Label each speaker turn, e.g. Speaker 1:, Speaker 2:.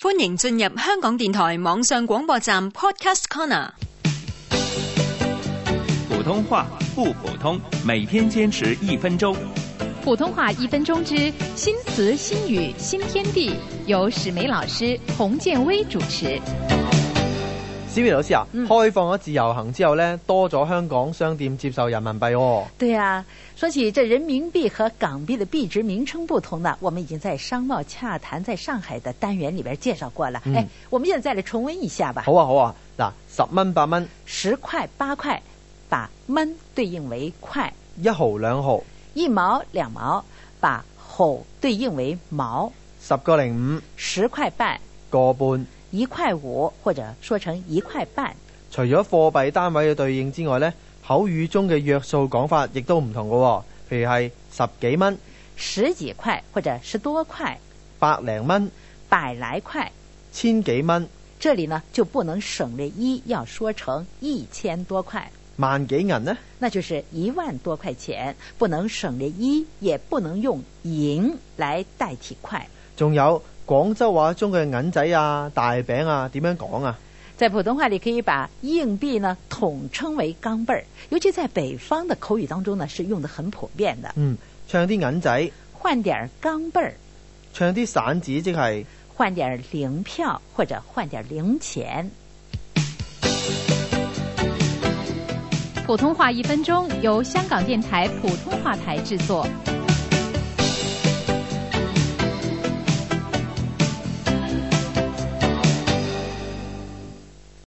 Speaker 1: 歡迎進入香港電台網上廣播站 Podcast Corner。
Speaker 2: 普通话不普通，每天坚持一分钟。
Speaker 3: 普通话一分钟之新词新语新天地，由史梅老师、洪建威主持。
Speaker 4: 小月老師啊，
Speaker 5: 嗯
Speaker 4: 開放咗自由行之後呢，多咗香港商店接受人民幣喎、
Speaker 5: 对啊，说起这人民币和港币的币值名称不同呢，我们已经在商贸洽谈在上海的单元里边介绍过了。
Speaker 4: 嗯
Speaker 5: 哎，我们现在再来重温一下吧。
Speaker 4: 好啊，好啊，嗱，十蚊八蚊，
Speaker 5: 十块八块，把蚊对应为块；
Speaker 4: 一毫兩毫，
Speaker 5: 一毛两毛，把吼对应为毛；
Speaker 4: 十個零五
Speaker 5: 十块半、
Speaker 4: 個半。
Speaker 5: 一块五，或者说成一块半。
Speaker 4: 除咗貨幣單位嘅對應之外呢，口語中嘅約數講法亦都唔同嘅喎、譬如係十幾蚊、
Speaker 5: 十几块或者十多块，
Speaker 4: 百零蚊、
Speaker 5: 百来块，
Speaker 4: 千幾蚊、
Speaker 5: 这里呢就不能省略一，要说成一千多块。
Speaker 4: 萬幾銀呢？
Speaker 5: 那就是一万多块钱，不能省略一，也不能用银来代替块。
Speaker 4: 仲有廣州話中嘅銀仔啊、大餅啊，點樣講啊？
Speaker 5: 在普通话里，可以把硬币呢统称为钢镚儿，尤其在北方的口语当中呢，是用的很普遍的。
Speaker 4: 嗯，唱啲銀仔，
Speaker 5: 换点儿钢镚儿，
Speaker 4: 唱啲散紙，即係
Speaker 5: 换点儿零票或者换点儿零钱。
Speaker 3: 普通话一分钟由香港电台普通话台制作。